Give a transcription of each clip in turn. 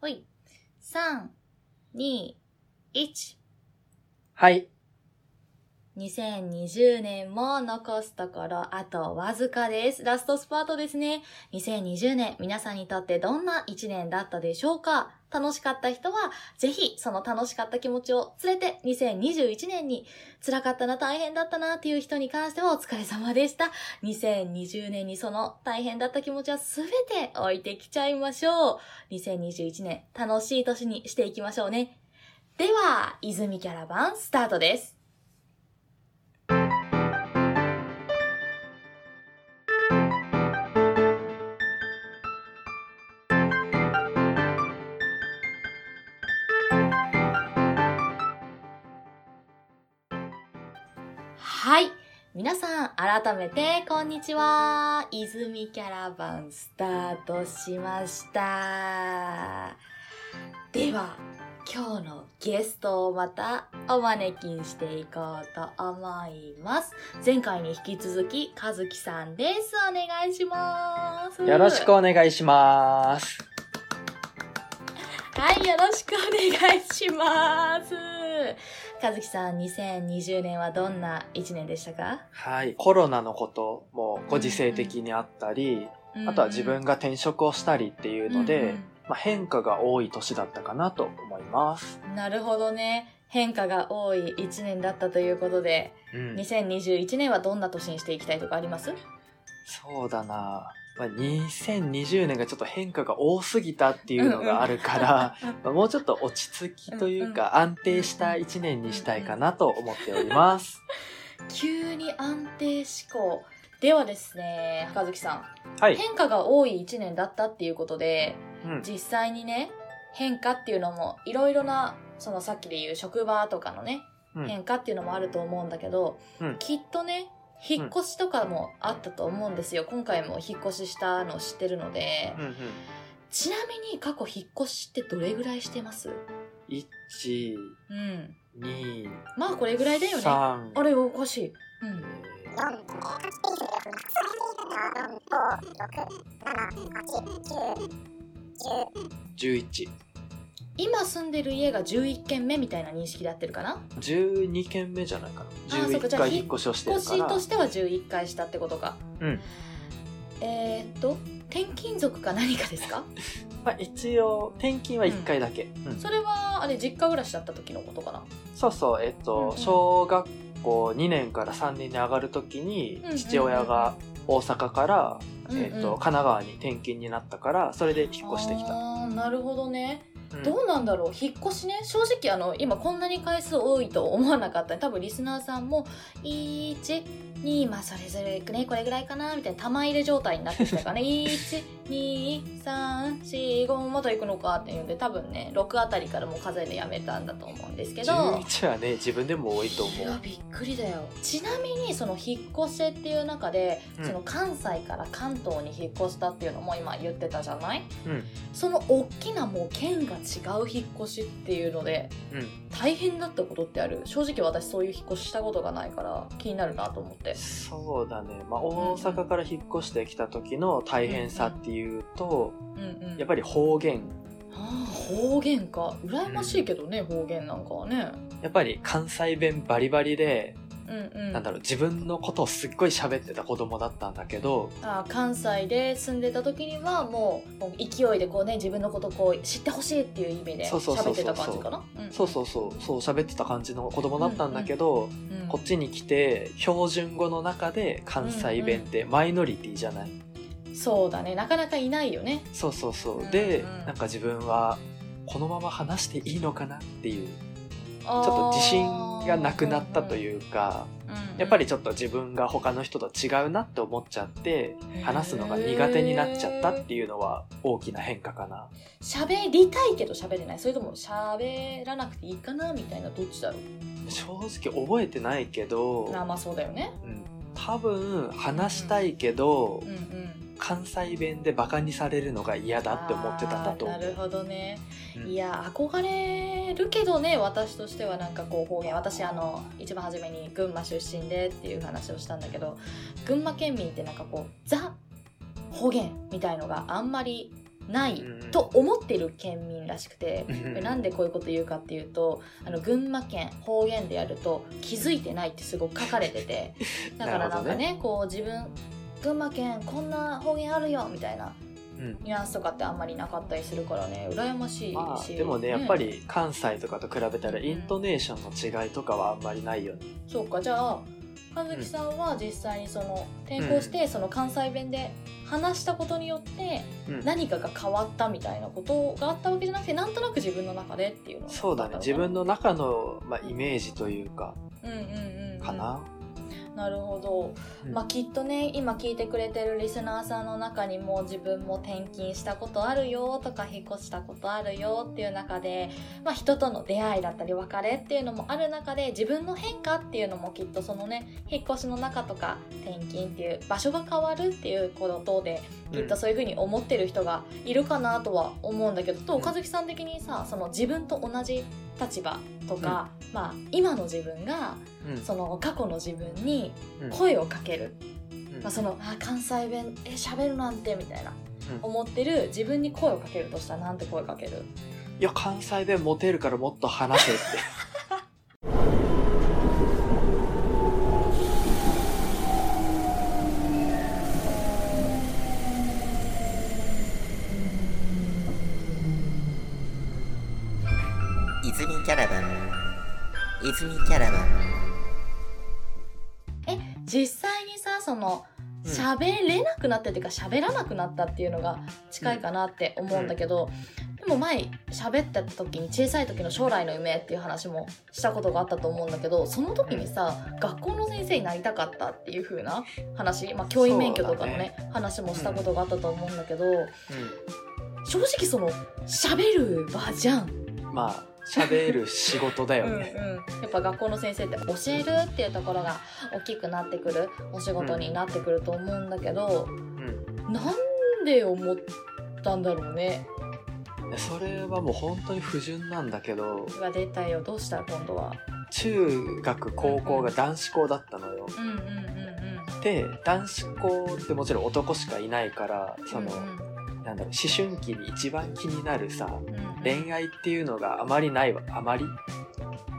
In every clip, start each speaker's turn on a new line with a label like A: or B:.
A: ほい。三、二、一。
B: はい。
A: 2020年も残すところあとわずかです。ラストスパートですね。2020年、皆さんにとってどんな1年だったでしょうか楽しかった人は、ぜひその楽しかった気持ちを連れて2021年に、辛かったな、大変だったなっていう人に関してはお疲れ様でした。2020年にその大変だった気持ちは全て置いてきちゃいましょう。2021年、楽しい年にしていきましょうね。では、泉キャラバンスタートです。はい。皆さん、改めて、こんにちは。泉キャラバンスタートしました。では、今日のゲストをまたお招きしていこうと思います。前回に引き続き、和樹さんです。お願いします。
B: よろしく
A: は
B: お願いします。
A: い、よろしくお願いします。和樹さん、2020年はどんな1年でしたか
B: はい。コロナのこともご時世的にあったり、あとは自分
A: が
B: が転職をしたりっていうので、まあ、変化が多い年だったかなと思います。
A: なるほどね。変化が多い1年だったということで、
B: うん。
A: 2021年はどんな年にしていきたいとかあります
B: そうだな。まあ、2020年がちょっと変化が多すぎたっていうのがあるから、 まあもうちょっと落ち着きというか安定した一年にしたいかなと思っております。
A: 急に安定志向。ではですね、深月さん。
B: はい。
A: 変化が多い1年だったっていうことで、
B: うん。
A: 実際にね、変化っていうのも、いろいろな、そのさっきで言う職場とかのね、
B: うん
A: 変化っていうのもあると思うんだけど、
B: うん
A: きっとね、引っ越しとかもあったと思うんですよ。今回も引っ越ししたの知ってるので。
B: うんうん。
A: ちなみに過去引っ越しってどれぐらいしてます
B: 1、
A: うん。
B: 2、
A: まあこれぐらいだよね。あ
B: 3、
A: れおかしい。うん。
B: 11。
A: 今住んでる家が11軒目みたいな認識で合ってるかな
B: 12件目じゃないかな
A: あーそっかじ
B: 11
A: ゃあ
B: 回引っ越しをして
A: 引っ
B: る
A: 越
B: か
A: し
B: ら
A: としては11回したってことか。
B: うん。
A: えー、っと、転勤族か何かです か
B: まあ、一応転勤は1回だけ、うん
A: それは、あれ、実家暮らしだった時のことかな
B: そうそうえっ
A: うんう
B: と
A: ん
B: 小学校2年から3年に上がる時に
A: うんうんうん
B: 父親が大阪から、
A: うんうん
B: えっと神奈川に転勤になったからそれで引っ越してきた、
A: あーなるほどね。
B: うん
A: どうなんだろう引っ越しね正直あの今こんなに回数多いと思わなかった多分リスナーさんも12まあそれぞれねこれぐらいかなみたいな玉入れ状態になってきたか らね12345まだ行くのかっていうので多分ね6あたりからもう数えでやめたんだと思うんですけど
B: 11はね自分でも多いと思
A: いや
B: う
A: びっくりだよちなみにその引っ越しっていう中で、
B: うん
A: その関西から関東に引っ越したっていうのも今言ってたじゃない、
B: うん
A: その大きなもう県が違う引っ越しっていうので
B: うん
A: 大変だったことってある正直私そういう引っ越ししたことがないから気になるなと思って
B: そうだね、まあ、大阪から引っ越してきた時の大変さっていうと
A: うんうん
B: やっぱり方言
A: ああ方言か羨ましいけどね、方言なんかはね
B: やっぱり関西弁バリバリで
A: うんうん
B: なんだろう自分のことをすっごい喋ってた子供だったんだけど
A: あ関西で住んでた時にはもうもう勢いでこうね自分のことこう知ってほしいっていう意味で
B: そうそうそ
A: 喋
B: うそう
A: ってた感じかな
B: そうそうそうそう喋ってた感じの子供だったんだけど、
A: うんうん
B: こっちに来て標準語の中で関西弁ってマイノリティじゃない、
A: そうだねなかなかいないよね
B: そうそうそう、
A: うん
B: で
A: うん
B: なんか自分はこのまま話していいのかなっていうち
A: ち
B: ょ
A: ょ
B: っと自信がなくなったというか、やっぱりちょっと自分が他の人と違うなって思っちゃって
A: へー
B: 話すのが苦手になっちゃったっていうのは大きな変化かな。
A: 喋りたいけど喋れないそれとも喋らなくていいかなみたいなどっちだろ
B: 正直覚えてないけど、
A: うまあまあそうだよね
B: うん多分話したいけ
A: う
B: ど、
A: んうん
B: 関西弁でバカにされるのが嫌だって思ってたんだと
A: あー
B: 思う
A: なるほどね、
B: うん
A: いや憧れるけどね私としてはなんかこう方言私あの一番初めに群馬出身でっていう話をしたんだけど群馬県民ってなんかこうザ方言みたいのがあんまりないと思ってる県民らしくて、なんでこういうこと言うかっていうとあの群馬県方言でやると気づいてないってすごく書かれて てだからなんか
B: なる
A: ねこう自分群馬県こんな方言あるよみたいな
B: うん
A: ニュアンスとかってあんまりなかったりするからね羨ましいし、
B: まあ、でもねやっぱり関西とかと比べたらイントネーションの違いとかはあんまりないよね、
A: そうかじゃあ葉月さんは実際にその転校してその関西弁で話したことによって
B: うん
A: 何かが変わったみたいなことがあったわけじゃなくてなんとなく自分の中でっていうのが
B: そうだね自分の中の、まあ、イメージというか
A: うんうんうん
B: かな、
A: なるほど、
B: うん
A: まあきっとね今聞いてくれてるリスナーさんの中にも自分も転勤したことあるよとか引っ越したことあるよっていう中で、まあ、人との出会いだったり別れっていうのもある中で自分の変化っていうのもきっとそのね引っ越しの中とか転勤っていう場所が変わるっていうことで
B: う
A: き
B: ん
A: っとそういうふうに思ってる人がいるかなとは思うんだけど、と岡月さん的にさその自分と同じ立場とか、まあ今の自分が
B: うん
A: その過去の自分に
B: うん
A: 声をかける、
B: うん
A: まあ、そのあ関西弁え喋るなんてみたいな、
B: うん
A: 思ってる自分に声をかけるとしたらなんて声かける
B: いや関西弁モテるからもっと話せって
C: 泉キャラバン泉キャラバン
A: 実際にさその
B: うん
A: 喋れなくなってっていうか喋らなくなったっていうのが近いかなって思うんだけど、でも前喋ってた時に小さい時の将来の夢っていう話もしたことがあったと思うんだけどその時にさ、学校の先生になりたかったっていう風な話、まあ、教員免許とかのね話もしたことがあったと思うんだけど、正直その喋る場じゃん、
B: うんまあ喋る仕事だよ
A: うんうん
B: ね、
A: やっぱ学校の先生って教えるっていうところが大きくなってくるお仕事になってくると思うんだけど、
B: うん
A: なんで思ったんだろうね
B: でそれはもう本当に不純なんだけど
A: うわ出たよどうした今度は
B: 中学高校が男子校だったのよ
A: うんうんうんうん
B: で男子校ってもちろん男しかいないからその、
A: う
B: なんだろう思春期に一番気になるさ
A: んうんうん
B: 恋愛っていうのがあまりないわあまり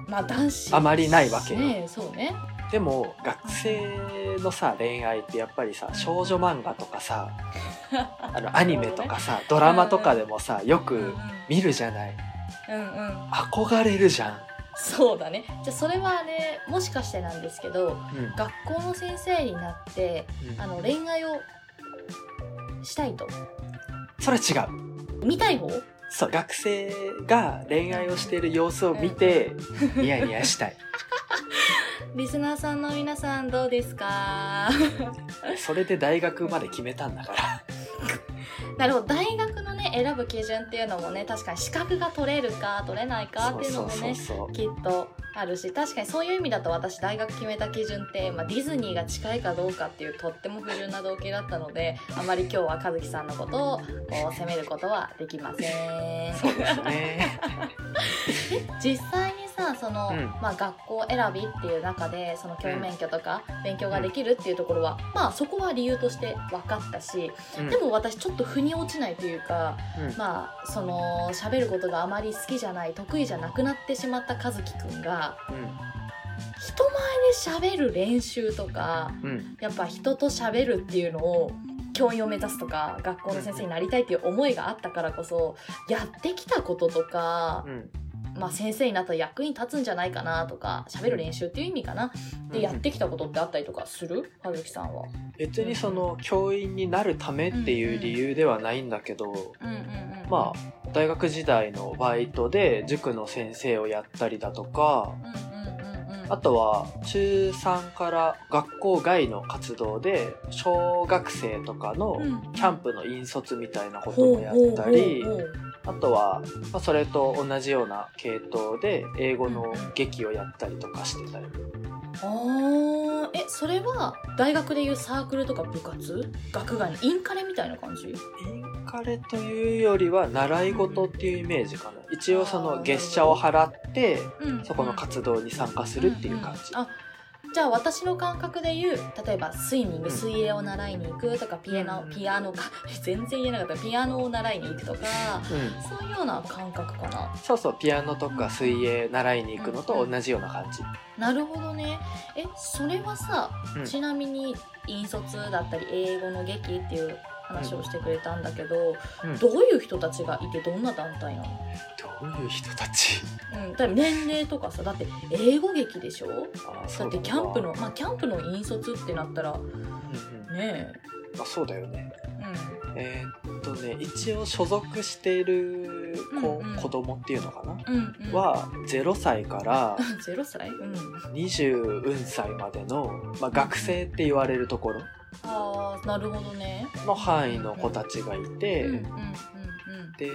A: まあ男子
B: あまりないわけよ
A: ねそうね
B: でも学生のさ恋愛ってやっぱりさ少女漫画と かさあのアニメとかさ、ドラマとかでもさよ
A: うんうん
B: く見るじゃない
A: うんうん
B: 憧れるじゃん、
A: そうだねじゃあそれはねもしかしてなんですけど
B: うん
A: 学校の先生になってあの恋愛をしたいと
B: それは違う
A: 見たい方
B: そう学生が恋愛をしている様子を見てニヤニヤしたい
A: リスナーさんの皆さんどうですか
B: それで大学まで決めたんだから
A: なるほど大学のね選ぶ基準っていうのもね確かに資格が取れるか取れないかっていうのもね
B: そうそうそう
A: きっとあるし確かにそういう意味だと私大学決めた基準って、まあ、ディズニーが近いかどうかっていうとっても不純な動機だったのであまり今日は和樹さんのことをこう責めることはできません。
B: そうそうですね
A: 実際にさその、
B: うん
A: まあ、学校選びっていう中でその教員免許とか勉強ができるっていうところは、まあそこは理由として分かったし、
B: うん
A: でも私ちょっと腑に落ちないというか、
B: うん
A: まあその喋ることがあまり好きじゃない得意じゃなくなってしまった和樹くんが人前で喋る練習とか
B: うんうん
A: やっぱ人と喋るっていうのを教員を目指すとか学校の先生になりたいっていう思いがあったからこそやってきたこととか
B: う、ん
A: まあ、先生になったら役に立つんじゃないかなとか喋る練習っていう意味かなでやってきたことってあったりとかする葉月さんは。
B: 別にその教員になるためっていう理由ではないんだけど、
A: うんうんうん
B: まあ大学時代のバイトで塾の先生をやったりだとか
A: うんうんうんうん
B: あとは中3から学校外の活動で小学生とかの
A: うん
B: キャンプの引率みたいなこともやったり
A: ほうほうほうほ
B: あとはまあそれと同じような系統で英語の劇をやったりとかしてたり
A: うあーえそれは大学でいうサークルとか部活学外のインカレみたいな感じ
B: インカレというよりは習い事っていうイメージかな一応その月謝を払って
A: うん
B: そこの活動に参加するっていう感じ
A: んんあじゃあ私の感覚で言う例えばスイミング
B: うん
A: 水泳を習いに行くとかピアノ
B: うん
A: ピアノか 全然言えなかったピアノを習いに行くとか
B: うん、
A: そういうような感覚かな
B: そうそうピアノとか水泳習いに行くのと同じような感じ、
A: なるほどねえそれはさ、
B: うん
A: ちなみに引率だったり英語の劇っていう話をしてくれたんだけど、
B: うん
A: どういう人たちがいてどんな団体なの、
B: どういう人たち
A: うん、だって年齢とかさだって英語劇でしょ
B: あー
A: だ
B: そ
A: っ
B: う
A: て
B: だな
A: キャンプのまあキャンプの引率ってなったらね
B: うんうん
A: え
B: あそうだよね
A: う
B: えーっとね一応所属している子,、
A: うんうん
B: 子供っていうのかな、
A: んうんうん
B: は0歳から
A: ゼロ歳うん
B: 20運歳までの、まあ、学生って言われるところ
A: ああなるほどね
B: の範囲の子たちがいて、
A: うんうんうん
B: で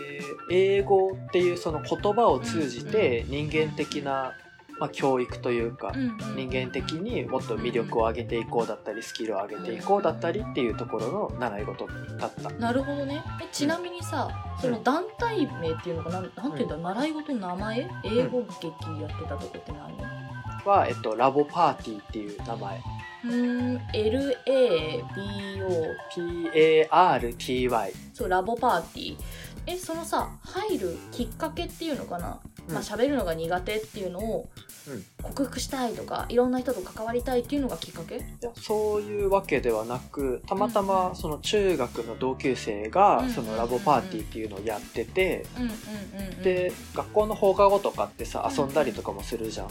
B: 英語っていうその言葉を通じて人間的な、まあ、教育というか
A: う、んうん
B: 人間的にもっと魅力を上げていこうだったりスキルを上げていこうだったりっていうところの習い事だった。
A: なるほどねえちなみにさ、その団体名っていうのかななんていうんだろう、習い事の名前英語劇やってたとこって何
B: は、えっと、ラボパーティーっていう名前
A: うーん LABO
B: PARTY、
A: そうラボパーティーえそのさ入るきっかけっていうのかな、
B: うん
A: まあ喋るのが苦手っていうのを
B: うん
A: 克服したいとかいろんな人と関わりたいっていうのがきっかけ
B: いやそういうわけではなくたまた
A: うんう
B: ま
A: ん
B: その中学の同級生が
A: うん
B: そのラボパーティーっていうのをやってて、
A: うんうんうん
B: で学校の放課後とかってさ
A: うん
B: 遊んだりとかもするじゃん。
A: うん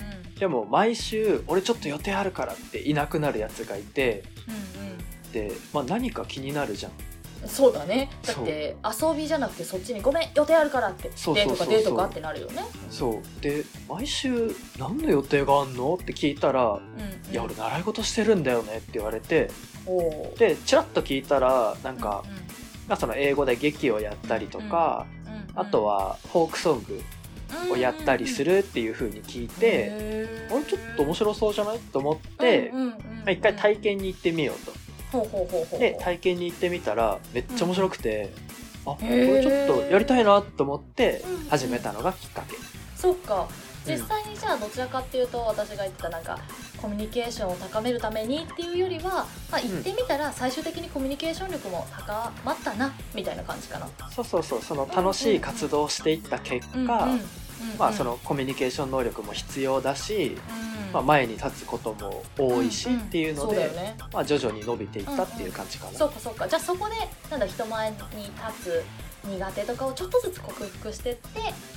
A: うん
B: でも毎週俺ちょっと予定あるからっていなくなるやつがいて
A: うんうん
B: で、まあ、何か気になるじゃん
A: そうだねだ
B: そ
A: っ
B: う
A: て遊びじゃなくてそっちに「ごめん予定あるから」って「
B: そう
A: デート
B: そう
A: か
B: そうそう
A: デートか」ってなるよね
B: そうで毎週何の予定があんのって聞いたら
A: うんうん
B: 「いや俺習い事してるんだよね」って言われて
A: おー
B: でチラッと聞いたらなんか
A: う、
B: まあ、その英語で劇をやったりとか、
A: んうんうん
B: あとはフォークソングをやったりするっていう風に聞いて、
A: で
B: あれちょっと面白そうじゃないと思って、まあ一回体験に行ってみようと。
A: ほうほうほうほう
B: で体験に行ってみたらめっちゃ面白くて、あこ
A: へー
B: れちょっとやりたいなと思って
A: うんうん
B: 始めたのがきっかけ、
A: そっか実際にじゃあどちらかっていうと私が言ってたなんかコミュニケーションを高めるためにっていうよりは、まあ、行ってみたら最終的にコミュニケーション力も高まったなみたいな感じかな。
B: そうそうそうその楽しい活動をしていった結果、まあ、そのコミュニケーション能力も必要だし、まあ、前に立つことも多いしっていうの
A: そうだよ
B: で、
A: ね
B: まあ、徐々に伸びていったっていう感じかな、
A: そうかそうかじゃあそこでなんだ人前に立つ苦手とかをちょっとずつ克服してって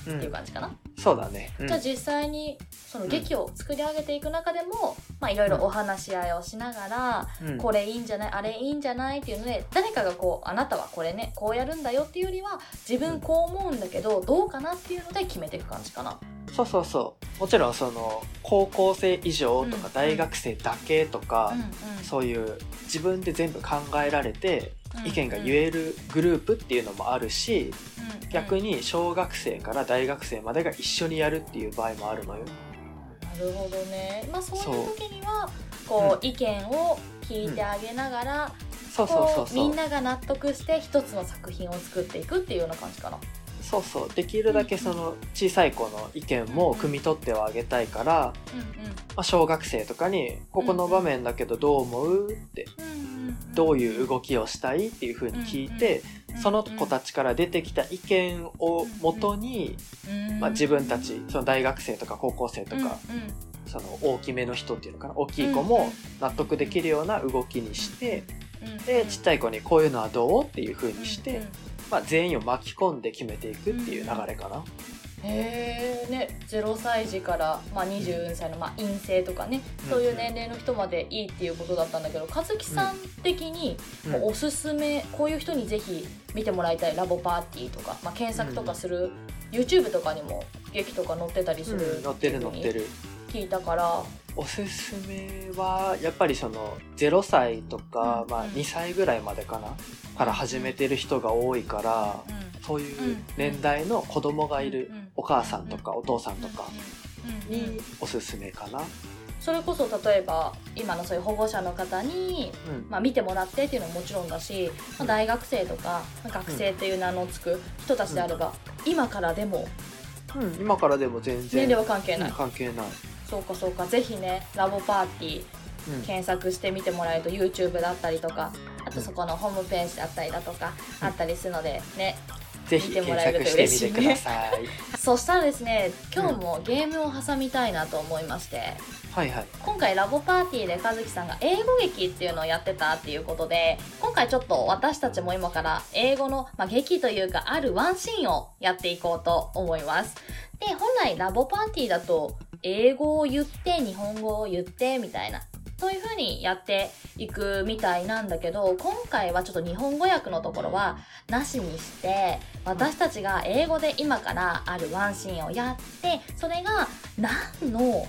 B: うん
A: っていう感じかな、
B: そうだね、うん
A: じゃあ実際にその劇を作り上げていく中でもまあいろいろお話し合いをしながら、
B: うん
A: これいいんじゃないあれいいんじゃないっていうので誰かがこうあなたはこれねこうやるんだよっていうよりは自分こう思うんだけどどうかなっていうので決めていく感じかな。
B: そうそうそうもちろんその高校生以上とか
A: うん
B: 大学生だけとか、そういう自分で全部考えられて意見が言えるグループっていうのもあるし逆
A: に
B: に小学生から大学生までが一緒にやるっていう場合もあるのよ。
A: なるほどね、まあ、そういう時にはこう意見を聞いてあげながら、
B: そうそう
A: こ
B: そ
A: う
B: う
A: み
B: そ
A: ん
B: う
A: なが納得して一つの作品を作っていくっていうような感じかな。
B: そうそうできるだけその小さい子の意見も汲み取ってはあげたいから、まあ、小学生とかに「ここの場面だけどどう思う?」って「どういう動きをしたい?」っていう風に聞いてその子たちから出てきた意見をもとに、まあ、自分たちその大学生とか高校生とかその大きめの人っていうのかな大きい子も納得できるような動きにしてでちっちゃい子にこういうのはどうっていう風にして、まあ、全員を巻き込んで決めていくっていう流れかな。
A: へえね0歳児から、まあ、24歳の、まあ、陰性とかね
B: うん
A: そういう年齢の人までいいっていうことだったんだけど和樹さん的に
B: うん
A: こうおすすめこういう人にぜひ見てもらいたいラボパーティーとか、まあ、検索とかする YouTube とかにも劇とか載ってたりする
B: うん乗ってる乗ってる
A: 聞いたから
B: おすすめはやっぱりその0歳とか、
A: うん
B: まあ、
A: うん
B: 2歳ぐらいまでかなから始めてる人が多いからそういう年代の子供がいるお母さんとかお父さんとかにおすすめかな。
A: それこそ例えば今のそういう保護者の方に、
B: うん
A: まあ、見てもらってっていうのももちろんだし、まあ、大学生とかまあ学生という名のつく人たちであれば、今からでも
B: うん今からでも全
A: 年
B: 然
A: 齢は関係ない、
B: うん関係ない
A: そうかそうかぜひねラボパーティー
B: うん
A: 検索してみてもらえると YouTube だったりとかあとそこのホームページだったりだとかあったりするのでね
B: ぜひ
A: 見ても
B: 検
A: らえる
B: 索
A: と
B: してみてください。
A: そしたらですね今日もゲームを挟みたいなと思いまして
B: はいはい。
A: 今回ラボパーティーで和樹さんが英語劇っていうのをやってたっていうことで今回ちょっと私たちも今から英語の、まあ、劇というかあるワンシーンをやっていこうと思いますで本来ラボパーティーだと英語を言って日本語を言ってみたいなそういう風にやっていくみたいなんだけど今回はちょっと日本語訳のところはなしにして私たちが英語で今からあるワンシーンをやってそれが何の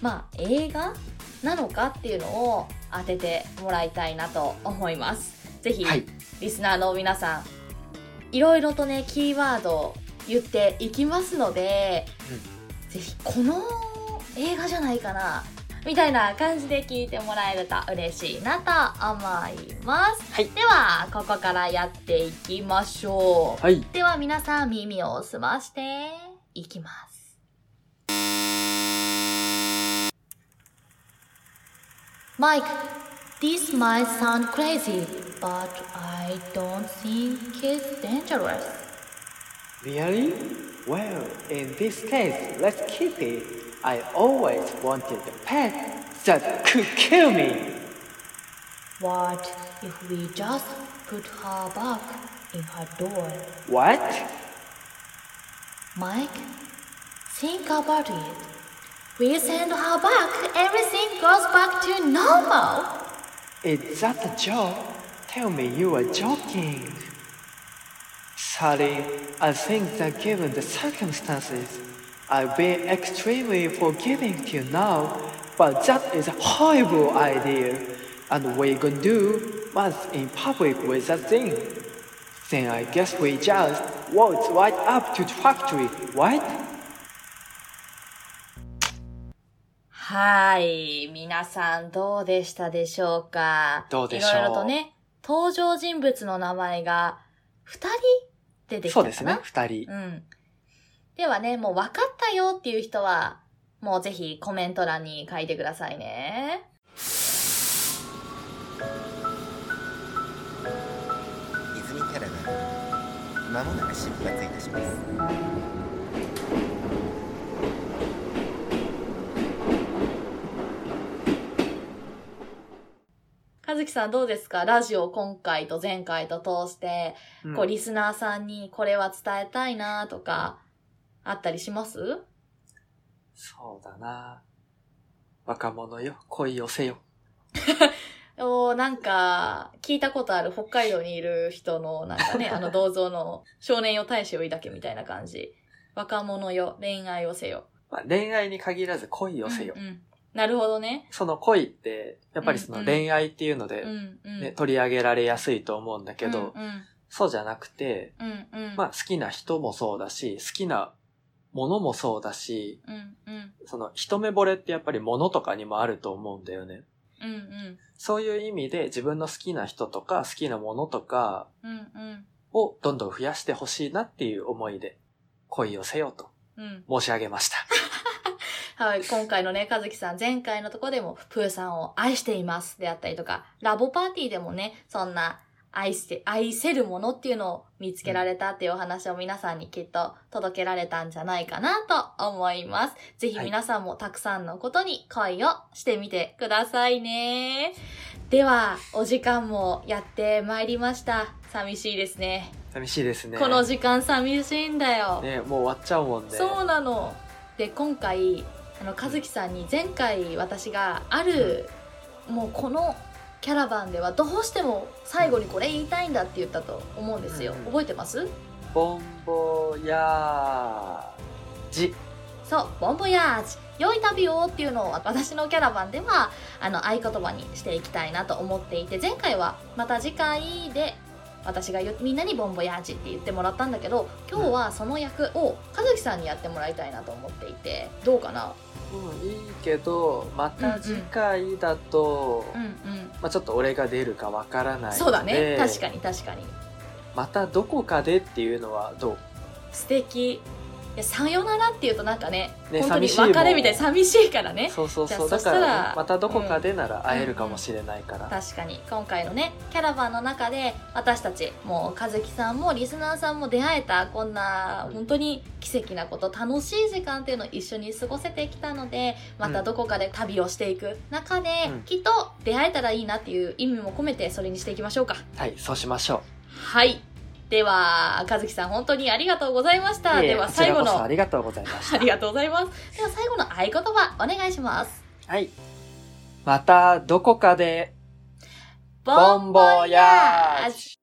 A: まあ、映画なのかっていうのを当ててもらいたいなと思います。ぜひ、
B: はい。
A: リスナーの皆さん、いろいろとね、キーワードを言っていきますので、ぜひ、この映画じゃないかな、みたいな感じで聞いてもらえると嬉しいなと思います。
B: はい
A: では、ここからやっていきましょう。
B: はい。
A: では皆さん耳を澄ましていきます。Mike, this might sound crazy, but I don't think it's dangerous.
B: Really? Well, in this case, let's keep it. I always wanted a pet that could kill me.
A: What if we just put her back in her door?
B: What?
A: Mike, think about it. We send her back, everything goes back to normal.
B: Is that a joke? Tell me you are joking. Sorry, I think that given the circumstances, I've been extremely forgiving till now, but that is a horrible idea. And we gonna do once in public with that thing. Then I guess we just waltz right up to the factory, right?
A: はい。皆さんどうでしたでしょうか
B: どうでしょう
A: いろいろとね、登場人物の名前が2人出てきた
B: そ
A: かな
B: うですね、二人。
A: うん。ではね、もう分かったよっていう人は、もうぜひコメント欄に書いてくださいね。
C: 泉キャラバンまもなく出発いたします
A: かずきさんどうですかラジオ今回と前回と通して、
B: うん
A: こうリスナーさんにこれは伝えたいなとか、あったりします
B: そうだな。若者よ、恋寄せよ。
A: おーなんか、聞いたことある北海道にいる人の、なんかね、 あの銅像の少年よ大使を抱けみたいな感じ。若者よ、恋愛をせよ。
B: まあ、恋愛に限らず恋寄せよ。
A: うんうん。なるほどね。
B: その恋って、やっぱりそ
A: うんう
B: の
A: ん
B: 恋愛っていうので、
A: う
B: ね
A: んうん。
B: 取り上げられやすいと思うんだけど、
A: うん
B: そうじゃなくて、
A: うん。うんうん。
B: まあ好きな人もそうだし、好きなものもそうだし、
A: うんうん。
B: その一目惚れってやっぱり物とかにもあると思うんだよね。
A: うんうん。
B: そういう意味で自分の好きな人とか好きなものとか
A: うんうん。
B: をどんどん増やしてほしいなっていう思いで恋をせよと
A: うん。
B: 申し上げました。
A: はい、今回のね、かずきさん、前回のとこでも、プーさんを愛していますであったりとか、ラボパーティーでもね、そんな、愛して、愛せるものっていうのを見つけられたっていうお話を皆さんにきっと届けられたんじゃないかなと思います。ぜひ
B: はい
A: 皆さんもたくさんのことに恋をしてみてくださいね。では、お時間もやってまいりました。寂しいですね。
B: 寂しいですね。
A: この時間寂しいんだよ。
B: ね、もう終わっちゃうもんね。
A: そうなの。で今回あの和樹さんに前回私があるもうこのキャラバンではどうしても最後にこれ言いたいんだって言ったと思うんですよ
B: うん。
A: 覚えてます
B: ボンボヤージ。
A: そう「ボンボヤージ良い旅を」っていうのを私のキャラバンではあの合言葉にしていきたいなと思っていて前回はまた次回で私がよみんなに「ボンボヤージ」って言ってもらったんだけど今日はその役を和樹さんにやってもらいたいなと思っていてどうかな
B: うん、いいけど、また次回だと、
A: うんうん
B: まあちょっと俺が出るかわからないので。
A: そうだね確かに確かに
B: またどこかでっていうのはどう
A: 素敵やさよならっていうとなんかね
B: ね
A: 本当に
B: 寂しいもん
A: 別れみたいに寂しいからね
B: そうそう
A: じゃ
B: そ
A: あ
B: うだか
A: そし
B: ら
A: た
B: ね、
A: ら
B: またどこかでなら会えるかもしれないから、
A: 確かに今回のねキャラバンの中で私たちもう和樹さんもリスナーさんも出会えたこんな本当に奇跡なこと楽しい時間っていうのを一緒に過ごせてきたのでまたどこかで旅をしていく中で、
B: うん
A: きっと出会えたらいいなっていう意味も込めてそれにしていきましょうか
B: はいそうしましょ
A: はいでは和樹さん本当にありがとうございまし
B: う
A: た
B: いえいえ
A: では最後
B: こちらこそ
A: の
B: ありがとうございまし
A: ありがとうございますでは最後の合言葉お願いします
B: たはいまたどこかで
A: ボンボヤージュ